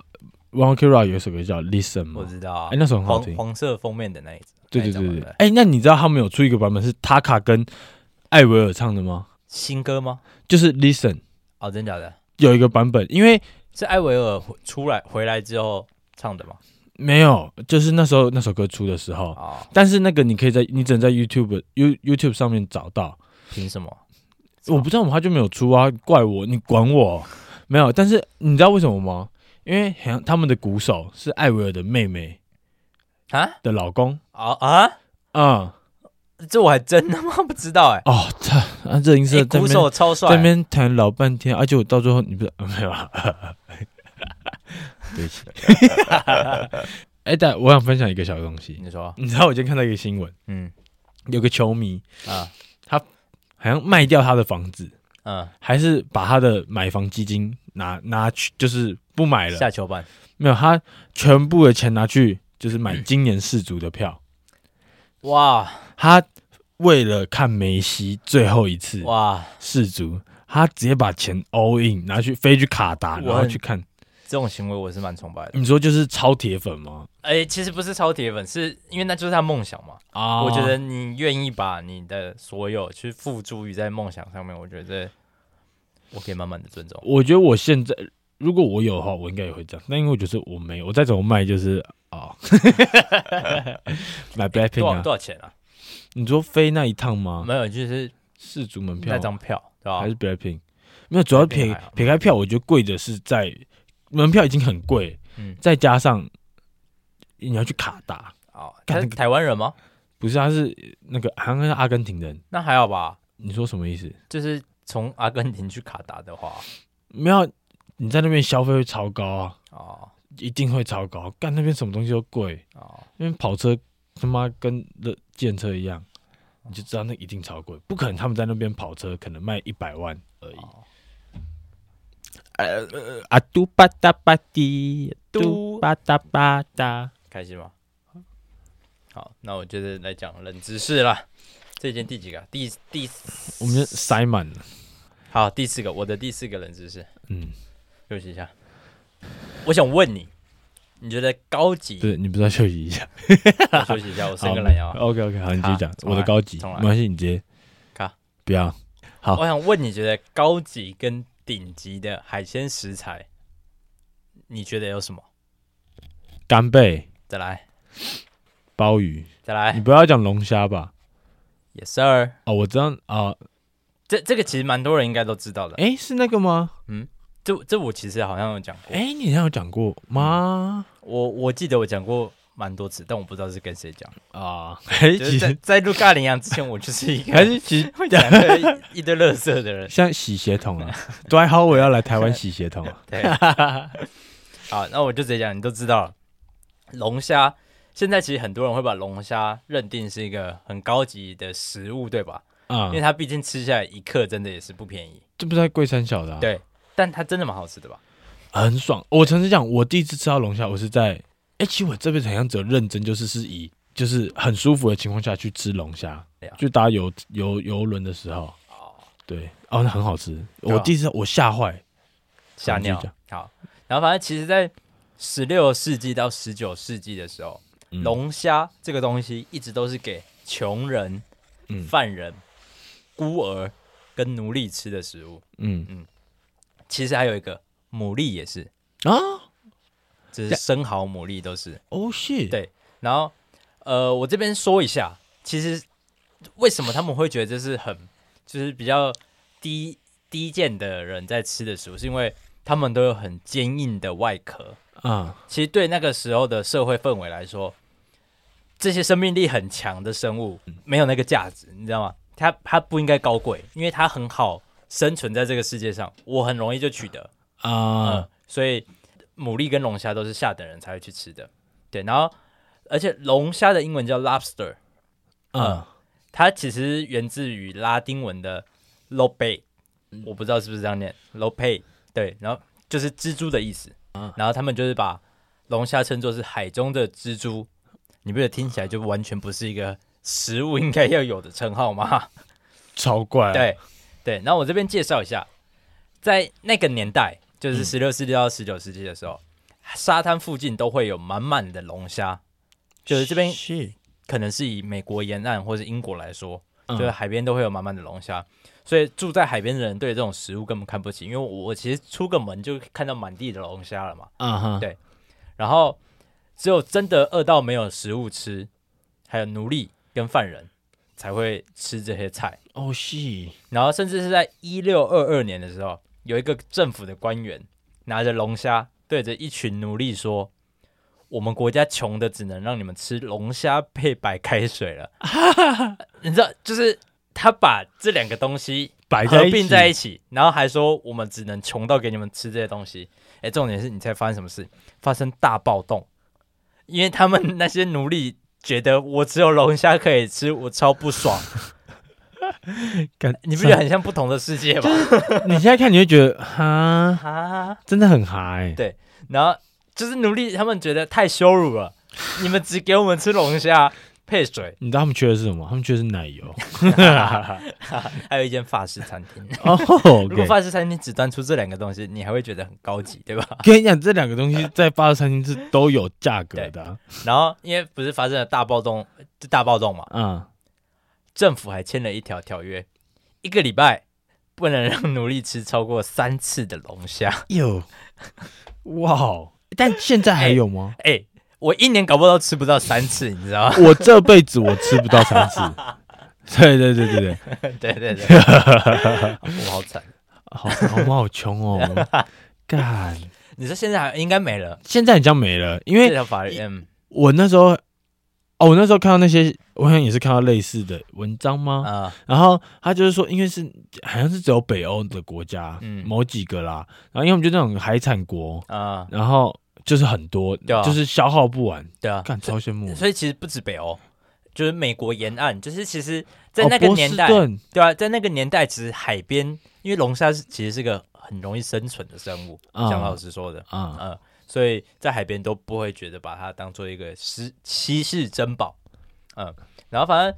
Speaker 1: One Ok Rock 有一首歌叫 listen
Speaker 2: 我
Speaker 1: 吗？
Speaker 2: 知道啊
Speaker 1: 哎、。那首很好
Speaker 2: 黄
Speaker 1: 听，
Speaker 2: 黄色封面的那一只，
Speaker 1: 对对
Speaker 2: 那一张
Speaker 1: 对
Speaker 2: 嘛
Speaker 1: 对。
Speaker 2: 不
Speaker 1: 哎、那你知道他们有出一个版本是塔卡跟艾维尔唱的吗？
Speaker 2: 新歌吗？
Speaker 1: 就是 listen
Speaker 2: 哦，真假的？
Speaker 1: 有一个版本，因为
Speaker 2: 是艾维尔回出来回来之后唱的吗？
Speaker 1: 没有，就是那时候那首歌出的时候，
Speaker 2: 哦，
Speaker 1: 但是那个你可以在你只能在 YouTube You YouTube 上面找到。
Speaker 2: 凭什么？啊
Speaker 1: 我不知道我们他就没有出啊，怪我，你管我？没有，但是你知道为什么吗？因为好像他们的鼓手是艾维尔的妹妹
Speaker 2: 啊
Speaker 1: 的老公，
Speaker 2: 啊啊！
Speaker 1: 嗯，
Speaker 2: 这我还真 [laughs] 他妈不知道哎、
Speaker 1: 哦，他啊，这音色在
Speaker 2: 欸鼓
Speaker 1: 那边、
Speaker 2: 手超帅
Speaker 1: 在那，边弹老半天，而且我到最后你不是、 [laughs] 啊没有啊？ [laughs] 对不起， [laughs] 哎、但我想分享一个小东西，
Speaker 2: 你说，
Speaker 1: 你知道我今天看到一个新闻，
Speaker 2: 嗯
Speaker 1: 有个球迷
Speaker 2: 啊
Speaker 1: 好像卖掉他的房子，
Speaker 2: 嗯，
Speaker 1: 还是把他的买房基金拿拿去，就是不买了。
Speaker 2: 下球板
Speaker 1: 没有，他全部的钱拿去就是买今年世足的票。
Speaker 2: 哇
Speaker 1: 他为了看梅西最后一次
Speaker 2: 哇，
Speaker 1: 世足，他直接把钱 all in 拿去飞去卡达，
Speaker 2: 我
Speaker 1: 然后去看。
Speaker 2: 这种行为我是蛮崇拜的。
Speaker 1: 你说就是超铁粉吗？
Speaker 2: 哎、其实不是超铁粉，是因为那就是他梦想嘛。
Speaker 1: 啊
Speaker 2: 我觉得你愿意把你的所有去付诸于在梦想上面，我觉得我可以慢慢的尊重。
Speaker 1: 我觉得我现在如果我有的话，我应该也会这样。但因为我觉得我没有，我再怎么卖就是
Speaker 2: [laughs]
Speaker 1: 啊，买
Speaker 2: 多
Speaker 1: Blackpink
Speaker 2: 少
Speaker 1: 啊。嗯
Speaker 2: 多少钱啊？
Speaker 1: 你说飞那一趟吗？
Speaker 2: 没有，就是
Speaker 1: 世足门票
Speaker 2: 那
Speaker 1: 吗
Speaker 2: 张票，对吧
Speaker 1: 还？是 Blackpink？没有，主要
Speaker 2: Blackpink
Speaker 1: 撇
Speaker 2: 还好
Speaker 1: 撇开票，我觉得贵的是在门票已经很贵，
Speaker 2: 嗯，
Speaker 1: 再加上你要去卡达，
Speaker 2: 哦，
Speaker 1: 干
Speaker 2: 他是
Speaker 1: 那个
Speaker 2: 台湾人吗？
Speaker 1: 不是他是那个好像是阿根廷人，
Speaker 2: 那还好吧，
Speaker 1: 你说什么意思？
Speaker 2: 就是从阿根廷去卡达的话，
Speaker 1: 没有，你在那边消费会超高啊，
Speaker 2: 哦
Speaker 1: 一定会超高。干那边什么东西都贵，
Speaker 2: 哦，
Speaker 1: 那边跑车他妈跟的电车一样，你就知道那一定超贵，不可能他们在那边跑车可能卖一百万而已。
Speaker 2: 哦
Speaker 1: 呃啊嘟吧嗒吧滴，
Speaker 2: 嘟
Speaker 1: 吧嗒吧嗒。
Speaker 2: 开心吗？好，那我觉得来讲冷知识啦。这已经第几个？第第
Speaker 1: 我们就塞满了。
Speaker 2: 好第四个，我的第四个冷知识，
Speaker 1: 嗯，
Speaker 2: 休息一下。我想问你，你觉得高级？
Speaker 1: 对，你不知道休息一下，
Speaker 2: [laughs] 我休息一下，我伸个懒腰啊。
Speaker 1: OK OK，好，你继续讲
Speaker 2: 好。重
Speaker 1: 我
Speaker 2: 来
Speaker 1: 的高级，
Speaker 2: 重来
Speaker 1: 没关系，你直接。
Speaker 2: 卡，
Speaker 1: 不要。好
Speaker 2: 我想问，你觉得高级跟顶级的海鲜食材，你觉得有什么？
Speaker 1: 干贝、
Speaker 2: 再来，
Speaker 1: 鲍鱼，
Speaker 2: 再
Speaker 1: 你
Speaker 2: 来
Speaker 1: 不要讲龙虾吧？
Speaker 2: ，Yes sir。
Speaker 1: 哦，我知道啊，
Speaker 2: 这这个其实蛮多人应该都知道的。
Speaker 1: 哎，是那个吗？
Speaker 2: 这这我其实好像有讲过，
Speaker 1: 哎，你好像有讲过吗？
Speaker 2: 我我记得我讲过蛮多次，但我不知道是跟谁讲。
Speaker 1: [laughs] 啊，哎，
Speaker 2: 嗯哦就是
Speaker 1: 其
Speaker 2: 在
Speaker 1: 实
Speaker 2: 在录尬羚羊之前，我就是一
Speaker 1: 还
Speaker 2: 个 [laughs]
Speaker 1: 是其实
Speaker 2: 会讲个一堆垃圾的人。
Speaker 1: 像洗鞋桶啊，d r 好我要来台湾洗鞋桶啊。
Speaker 2: 对， [laughs] 好，那我就直接讲，你都知道了。龙虾现在其实很多人会把龙虾认定是一个很高级的食物，对吧？
Speaker 1: 啊
Speaker 2: [laughs] 因为，它毕竟吃下来一克真的也是不便宜，
Speaker 1: 这不是在龟山小的啊，
Speaker 2: 对。但它真的蛮好吃的吧？
Speaker 1: 嗯很爽。我曾经讲，我第一次吃到龙虾，我是在哎、其实我这辈子好像只有认真，就是是以就是很舒服的情况下去吃龙虾
Speaker 2: 对啊，
Speaker 1: 就搭游游游轮的时候，
Speaker 2: 哦，
Speaker 1: 对，哦，那很好吃。
Speaker 2: 对啊
Speaker 1: 我第一次我吓坏，
Speaker 2: 吓尿
Speaker 1: 好你继续。
Speaker 2: 好，然后反正其实，在十六世纪到十九世纪的时候，
Speaker 1: 嗯
Speaker 2: 龙虾这个东西一直都是给穷人、
Speaker 1: 嗯
Speaker 2: 犯人、孤儿跟奴隶吃的食物。
Speaker 1: 嗯
Speaker 2: 其实还有一个牡蛎也是，
Speaker 1: 啊，
Speaker 2: 就是生蚝、牡蛎都是。
Speaker 1: 哦 shit，
Speaker 2: 对然后呃，我这边说一下，其实为什么他们会觉得这是很就是比较低低贱的人在吃的食物，是因为他们都有很坚硬的外壳。
Speaker 1: 啊，
Speaker 2: 其实对那个时候的社会氛围来说，这些生命力很强的生物没有那个价值，你知道吗？它它不应该高贵，因为它很好生存在这个世界上，我很容易就取得。嗯、
Speaker 1: 啊，
Speaker 2: 所以牡蛎跟龙虾都是下等人才会去吃的。对，然后而且龙虾的英文叫 lobster，嗯
Speaker 1: 啊，
Speaker 2: 它其实源自于拉丁文的 lobe，我不知道是不是这样念 lobe，对，然后就是蜘蛛的意思。
Speaker 1: 啊
Speaker 2: 然后他们就是把龙虾称作是海中的蜘蛛，你不觉得听起来就完全不是一个食物应该要有的称号吗？
Speaker 1: 超怪，，啊
Speaker 2: 对对，然后我这边介绍一下，在那个年代，就是十六世纪到十九世纪的时候，沙滩附近都会有满满的龙虾，就是这边
Speaker 1: 是，
Speaker 2: 可能是以美国沿岸或是英国来说，
Speaker 1: 嗯
Speaker 2: 就是海边都会有满满的龙虾，所以住在海边的人对这种食物根本看不起，因为我我其实出个门就看到满地的龙虾了嘛。
Speaker 1: 啊哈，
Speaker 2: 对然后只有真的饿到没有食物吃，还有奴隶跟犯人才会吃这些菜。
Speaker 1: 哦是，
Speaker 2: 然后甚至是在一六二二年的时候，有一个政府的官员拿着龙虾对着一群奴隶说：“我们国家穷的只能让你们吃龙虾配白开水
Speaker 1: [laughs]
Speaker 2: 了。”你知道，就是他把这两个东西
Speaker 1: 摆在
Speaker 2: 合
Speaker 1: 一
Speaker 2: 并
Speaker 1: 起
Speaker 2: 在一起，然后还说我们只能穷到给你们吃这些东西。哎，重点是你猜发生什么事？发生大暴动，因为他们那些奴隶觉得我只有龙虾可以吃，我超不爽。
Speaker 1: 感
Speaker 2: 你不觉得很像不同的世
Speaker 1: [laughs]
Speaker 2: 界吗？
Speaker 1: 你现在看你会觉得哈，
Speaker 2: 啊，
Speaker 1: 真的很哈哎、
Speaker 2: 对然后就是奴隶，他们觉得太羞辱了，你们只给我们吃龙虾
Speaker 1: [laughs]
Speaker 2: 配水，
Speaker 1: 你知道他们缺的是什么？他们缺的是奶
Speaker 2: [laughs]
Speaker 1: 油。
Speaker 2: 还有一间法式餐厅。
Speaker 1: 哦、
Speaker 2: 如
Speaker 1: o
Speaker 2: 果
Speaker 1: k
Speaker 2: 法式餐厅只端出这两个东西，你还会觉得很高级，对吧？ [laughs]
Speaker 1: 跟你讲，这两个东西在巴勒餐厅是都有价格的啊。
Speaker 2: 然后因为不是发生了大暴动，就大暴动嘛，
Speaker 1: 嗯，
Speaker 2: 政府还签了一条条约，一个礼拜不能让奴隶吃超过三次的龙虾。 [laughs]
Speaker 1: 有，哇哦！但现在还有吗？
Speaker 2: 哎、我一年搞不到吃不到三次，你知道吗？ [laughs]
Speaker 1: [laughs] 我这辈子我吃不到三次。对对对对对，
Speaker 2: 对
Speaker 1: [laughs]
Speaker 2: 对对，我好惨。
Speaker 1: 好，我们好穷
Speaker 2: [laughs]
Speaker 1: 哦。干，
Speaker 2: 你说现在还应该没了，
Speaker 1: 现在好像没了，因
Speaker 2: 这
Speaker 1: 为
Speaker 2: 条法律，嗯，
Speaker 1: 我那时候，哦，我那时候看到那些，我好像也是看到类似的文章吗？
Speaker 2: 啊，
Speaker 1: 然后他就是说，因为是好像是只有北欧的国家，
Speaker 2: 嗯
Speaker 1: 某几个啦，然后因为我们就那种海产国，
Speaker 2: 啊，
Speaker 1: 然后就是很多，
Speaker 2: 对啊
Speaker 1: 就是消耗不完，
Speaker 2: 对啊，
Speaker 1: 看超羡慕。
Speaker 2: 所以其实不止北欧，就是美国沿岸，就是其实在那个年代，
Speaker 1: 哦波士顿
Speaker 2: 对啊，在那个年代，其实海边，因为龙虾是其实是个很容易生存的生物，
Speaker 1: 啊
Speaker 2: 像老师说的，
Speaker 1: 啊，
Speaker 2: 嗯，所以在海边都不会觉得把它当做一个稀稀世珍宝，嗯，然后反正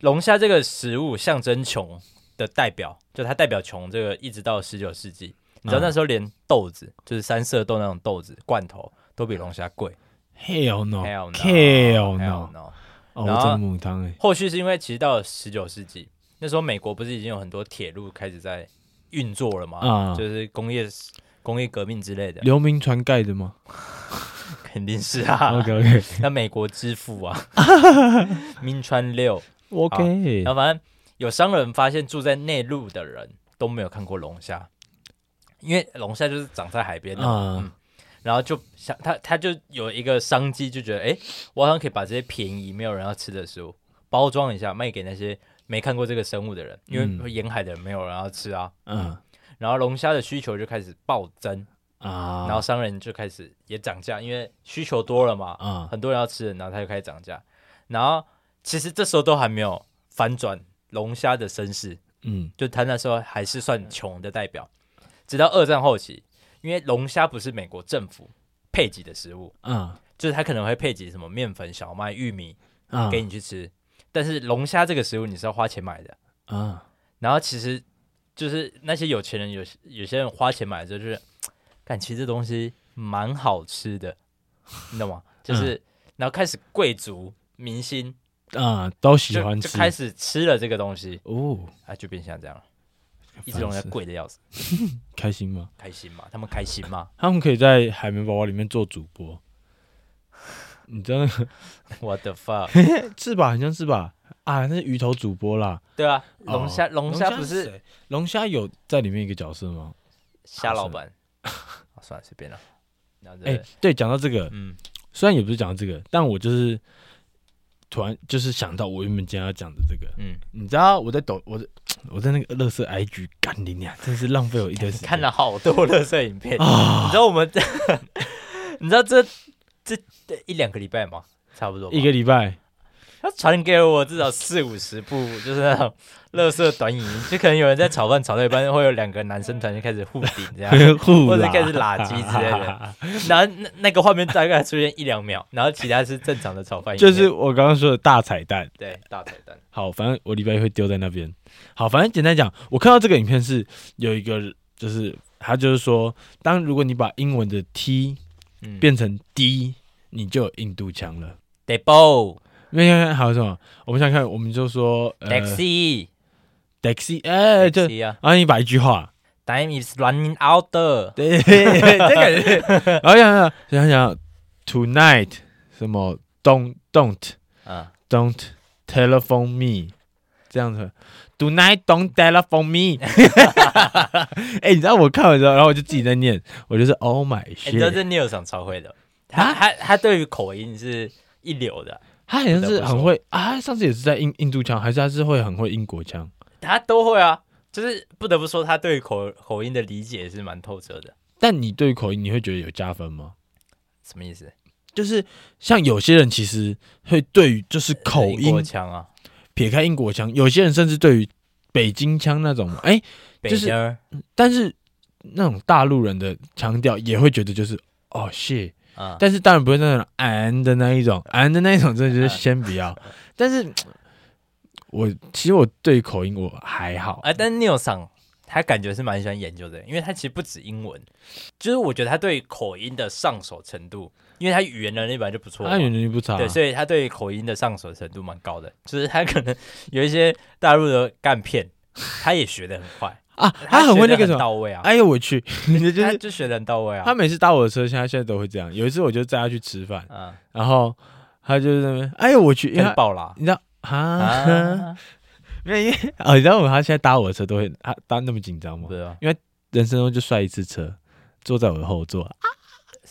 Speaker 2: 龙虾这个食物象征穷的代表，就它代表穷这个，一直到十九世纪，你知道
Speaker 1: 嗯
Speaker 2: 那时候连豆子，就是三色豆那种豆子罐头都比龙虾贵。
Speaker 1: hell no
Speaker 2: Hell no,
Speaker 1: 哦 hell
Speaker 2: hell
Speaker 1: no，
Speaker 2: no
Speaker 1: 哦，
Speaker 2: 然
Speaker 1: 我
Speaker 2: 后
Speaker 1: 真的母汤哎，
Speaker 2: 后续是因为其实到了十九世纪，那时候美国不是已经有很多铁路开始在运作了吗？
Speaker 1: 啊
Speaker 2: 就是工业工业革命之类的，
Speaker 1: 流民船盖的吗
Speaker 2: 肯定是啊。
Speaker 1: ？OK
Speaker 2: [laughs]
Speaker 1: OK
Speaker 2: 那美国之父
Speaker 1: [laughs]
Speaker 2: 啊，明川六，
Speaker 1: OK，
Speaker 2: 然后反正有商人发现住在内陆的人都没有看过龙虾，因为龙虾就是长在海边的嘛，
Speaker 1: 啊
Speaker 2: 然后就想他他就有一个商机，就觉得哎，诶我好像可以把这些便宜没有人要吃的食物包装一下，卖给那些没看过这个生物的人，因为
Speaker 1: 嗯
Speaker 2: 沿海的人没有人要吃啊。
Speaker 1: 嗯
Speaker 2: 然后龙虾的需求就开始暴增，
Speaker 1: 啊，
Speaker 2: 然后商人就开始也涨价，因为需求多了嘛，
Speaker 1: 啊
Speaker 2: 很多人要吃，然后他就开始涨价。然后其实这时候都还没有反转龙虾的身世，
Speaker 1: 嗯
Speaker 2: 就他那时候还是算穷的代表。直到二战后期，因为龙虾不是美国政府配给的食物，
Speaker 1: 啊
Speaker 2: 就是它可能会配给什么面粉、小麦、玉米
Speaker 1: 啊
Speaker 2: 给你去吃，但是龙虾这个食物你是要花钱买的。
Speaker 1: 啊
Speaker 2: 然后其实就是那些有钱人有有些人花钱买的时候就是，感其实这东西蛮好吃的，你懂吗？
Speaker 1: 嗯
Speaker 2: 就是、然后开始贵族明星
Speaker 1: 啊，都喜
Speaker 2: 就
Speaker 1: 欢
Speaker 2: 就
Speaker 1: 吃
Speaker 2: 开始吃了这个东西，
Speaker 1: 哦，
Speaker 2: 啊，就变像这样了，一只龙虾
Speaker 1: 烦死
Speaker 2: 贵的要死。
Speaker 1: 开心吗？ [laughs]
Speaker 2: 开心吗？他们开心吗？
Speaker 1: 他们可以在海绵宝宝里面做主播，你知道那个
Speaker 2: What the fuck？
Speaker 1: 是吧？很像是吧？啊，那是鱼头主播啦。
Speaker 2: 对啊，
Speaker 1: 哦
Speaker 2: 龙虾龙虾不
Speaker 1: 龙
Speaker 2: 是
Speaker 1: 谁龙虾有在里面一个角色吗？
Speaker 2: 虾老板， [laughs] 啊算了，随便了。然后
Speaker 1: 哎、
Speaker 2: 这
Speaker 1: 对，讲到这个，
Speaker 2: 嗯，
Speaker 1: 虽然也不是讲到这个，但我就是突然就是想到我原本今天要讲的这个。
Speaker 2: 嗯，
Speaker 1: 你知道我在抖，我在我在那个乐色 IG 干你娘，真是浪费我一堆时间。
Speaker 2: [laughs] 看了好多乐色影片，你
Speaker 1: 啊，
Speaker 2: 知道我们， [laughs] 你知道这这这一两个礼拜吗？差不多吧，
Speaker 1: 一个礼拜，
Speaker 2: [laughs]
Speaker 1: [laughs]
Speaker 2: 他传给我至少四五十部，就是那种乐色短影音，就可能有人在炒饭炒到一半，会有两个男生突然就开始互顶这样，
Speaker 1: 或
Speaker 2: 或者开始拉鸡之类的，然后那那个画面大概出现一两秒，然后其他是正常的炒饭影
Speaker 1: 就
Speaker 2: 片，
Speaker 1: 是我刚刚说的大彩蛋。
Speaker 2: 对大彩蛋，
Speaker 1: 好，反正我礼拜一会丢在那边。好，反正简单讲，我看到这个影片是有一个，就是他就是说，当如果你把英文的 T
Speaker 2: 嗯，
Speaker 1: 变成 D，你就有印度腔了。
Speaker 2: Debo
Speaker 1: 因为看还有什么？我们想看，我们就说呃
Speaker 2: taxi
Speaker 1: taxi，哎、就
Speaker 2: taxi 啊
Speaker 1: 然后你把一句话，
Speaker 2: ，time is running out，
Speaker 1: 对，这个是，
Speaker 2: [laughs]
Speaker 1: 然后想想想想，tonight 什么 don't don't
Speaker 2: 嗯，
Speaker 1: don't telephone me 这样子，tonight don't telephone
Speaker 2: [laughs]
Speaker 1: me，哎、你知道我看完之后，然后我就自己在念，我就是 oh my
Speaker 2: 哎你知道
Speaker 1: shit，、
Speaker 2: 这 Neil 上超会的，
Speaker 1: 啊
Speaker 2: 他他他对于口音是一流的，
Speaker 1: 他好像
Speaker 2: 不得
Speaker 1: 是
Speaker 2: 不
Speaker 1: 很
Speaker 2: 说
Speaker 1: 会啊，他上次也是在印印度腔，还是他是会很会英国腔，
Speaker 2: 他都会啊，就是不得不说，他对口口音的理解是蛮透彻的。
Speaker 1: 但你对于口音你会觉得有加分吗？
Speaker 2: 什么意思？
Speaker 1: 就是像有些人其实会对于就是口
Speaker 2: 英国
Speaker 1: 音，
Speaker 2: 腔啊，
Speaker 1: 撇开英国腔，有些人甚至对于北京腔那种，哎、
Speaker 2: 北
Speaker 1: 就是
Speaker 2: 京儿
Speaker 1: 但是那种大陆人的腔调也会觉得就是哦 shit，
Speaker 2: 啊，
Speaker 1: 但是当然不会那种俺的那一种，俺的那一种真的
Speaker 2: 嗯
Speaker 1: 就是先不要。但是我其实我对口音我还好，
Speaker 2: 啊，但是 Neil 上他感觉是蛮喜欢研究的，因为他其实不止英文，就是我觉得他对口音的上手程度，因为他语言能力本来就不错嘛，
Speaker 1: 他语言能力不啊差，
Speaker 2: 哎对，所以他对口音的上手程度蛮高的，就是他可能有一些大陆的干片，他也学的很快，
Speaker 1: 啊，他很会那个
Speaker 2: 学
Speaker 1: 什
Speaker 2: 得
Speaker 1: 么，
Speaker 2: 到位啊，
Speaker 1: 哎呦我
Speaker 2: [laughs]
Speaker 1: 去，你就
Speaker 2: 他
Speaker 1: 是
Speaker 2: 就学的很到位啊，
Speaker 1: 他每次搭我的车，现在现在都会这样。有一次我就载他去吃饭。
Speaker 2: 嗯，
Speaker 1: 然后他就在那边，哎呦我去，因为
Speaker 2: 更
Speaker 1: 他
Speaker 2: 爆啦
Speaker 1: 你知道啊，
Speaker 2: 啊，
Speaker 1: [laughs] 没有因为哦，你知道我他现在搭我的车都会他搭那么紧张吗
Speaker 2: 不？知哦道。
Speaker 1: 人生中就摔一次车，坐在我的后座。啊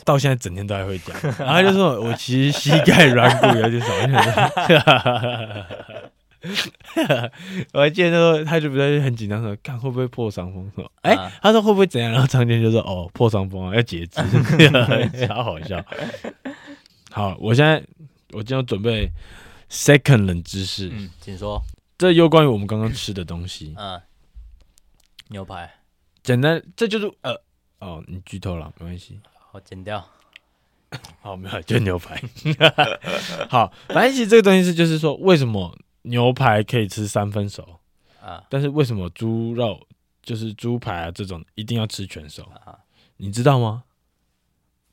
Speaker 1: 到现在整天都还会讲，然后他就
Speaker 2: [laughs]
Speaker 1: 说我其实膝盖软骨有点少。 [laughs] 我就想说我还记得那时候他就不是很紧张说，看会不会破伤风什么？哎、
Speaker 2: 啊
Speaker 1: 他说会不会怎样？然后张健就说哦，破伤风啊，要截
Speaker 2: [laughs]
Speaker 1: 肢，超好笑。好，我现在我今天要准备 second 冷知识，
Speaker 2: 嗯，请说。
Speaker 1: 这又关于我们刚刚吃的东西。
Speaker 2: 嗯，牛排，
Speaker 1: 简单，这就是呃哦，你剧透了，没关系。
Speaker 2: 好剪掉。
Speaker 1: 好，哦没有，就牛排。 [laughs] 好，反正其实这个东西是，就是说，为什么牛排可以吃三分熟，
Speaker 2: 啊
Speaker 1: 但是为什么猪肉，就是猪排啊这种一定要吃全熟？
Speaker 2: 啊，
Speaker 1: 你知道吗？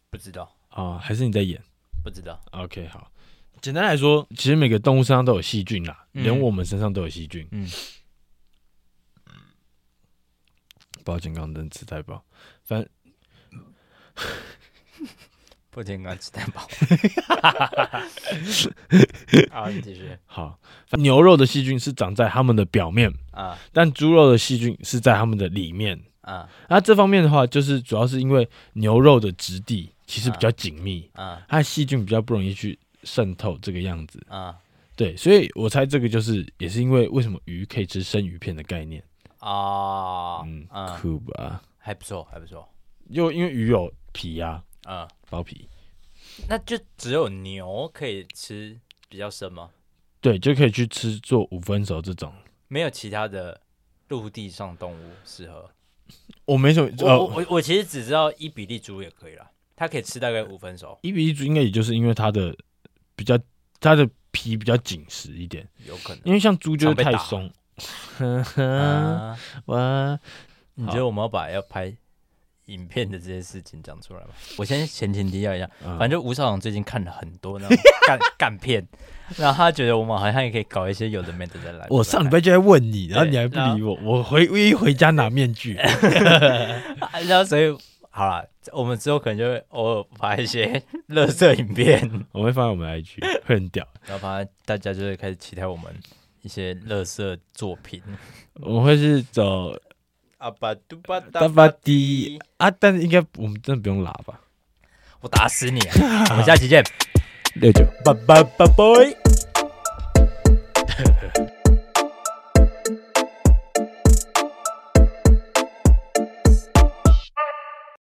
Speaker 2: 不知道，
Speaker 1: 啊，还是你在演
Speaker 2: 不知道。
Speaker 1: ？OK，好。简单来说，其实每个动物身上都有细菌啦，
Speaker 2: 嗯
Speaker 1: 连我们身上都有细菌。
Speaker 2: 嗯
Speaker 1: 抱歉，刚刚真的吃太饱。反正
Speaker 2: 不健康吃 [laughs] 蛋堡。啊，你继续
Speaker 1: 好，反牛肉的细菌是长在它们的表面，
Speaker 2: 啊
Speaker 1: 但猪肉的细菌是在它们的里面。
Speaker 2: 啊
Speaker 1: 那这方面的话，就是主要是因为牛肉的质地其实比较紧密，
Speaker 2: 啊
Speaker 1: 它的细菌比较不容易去渗透这个样子。
Speaker 2: 啊
Speaker 1: 对，所以我猜这个就是也是因为为什么鱼可以吃生鱼片的概念。
Speaker 2: 啊！
Speaker 1: 嗯
Speaker 2: 嗯，
Speaker 1: 酷吧？
Speaker 2: 还不错，还不错。
Speaker 1: 又因为鱼有皮啊，
Speaker 2: 嗯，
Speaker 1: 包皮，
Speaker 2: 那就只有牛可以吃比较深吗？
Speaker 1: 对，就可以去吃做五分熟这种。
Speaker 2: 没有其他的陆地上动物适合。
Speaker 1: 我没什么，
Speaker 2: 我我
Speaker 1: 呃，
Speaker 2: 我我其实只知道伊比利猪也可以啦，它可以吃大概五分熟，
Speaker 1: 一比一猪应该也就是因为它的比较，它的皮比较紧实一点，
Speaker 2: 有可能。
Speaker 1: 因为像猪就是
Speaker 2: 常被
Speaker 1: 太
Speaker 2: 打
Speaker 1: 松。呵呵，
Speaker 2: [laughs] 啊，
Speaker 1: [laughs] 哇，嗯
Speaker 2: 你觉得我们要把要拍影片的这些事情讲出来吗？我先前情提要一下，
Speaker 1: 嗯
Speaker 2: 反正吴少阳最近看了很
Speaker 1: [laughs]
Speaker 2: 多那种干干片，然后他觉得我们好像也可以搞一些有的没的的来。
Speaker 1: 我上礼拜就在问你，然后你还不
Speaker 2: 然后
Speaker 1: 理我，我回我一回家拿面具。
Speaker 2: 来看，然后所以好啦，我们之后可能就会偶尔发一些乐色影片，
Speaker 1: 我会放在我们的 IG，会很屌。
Speaker 2: 然后发大家就会开始期待我们一些乐色作品。
Speaker 1: 我会是走
Speaker 2: 阿巴嘟巴
Speaker 1: 大巴迪啊，但是应该我们真的不用喇叭，
Speaker 2: 我打死你、啊！ [laughs] 我们下期见，
Speaker 1: 六九。
Speaker 2: 拜拜拜拜。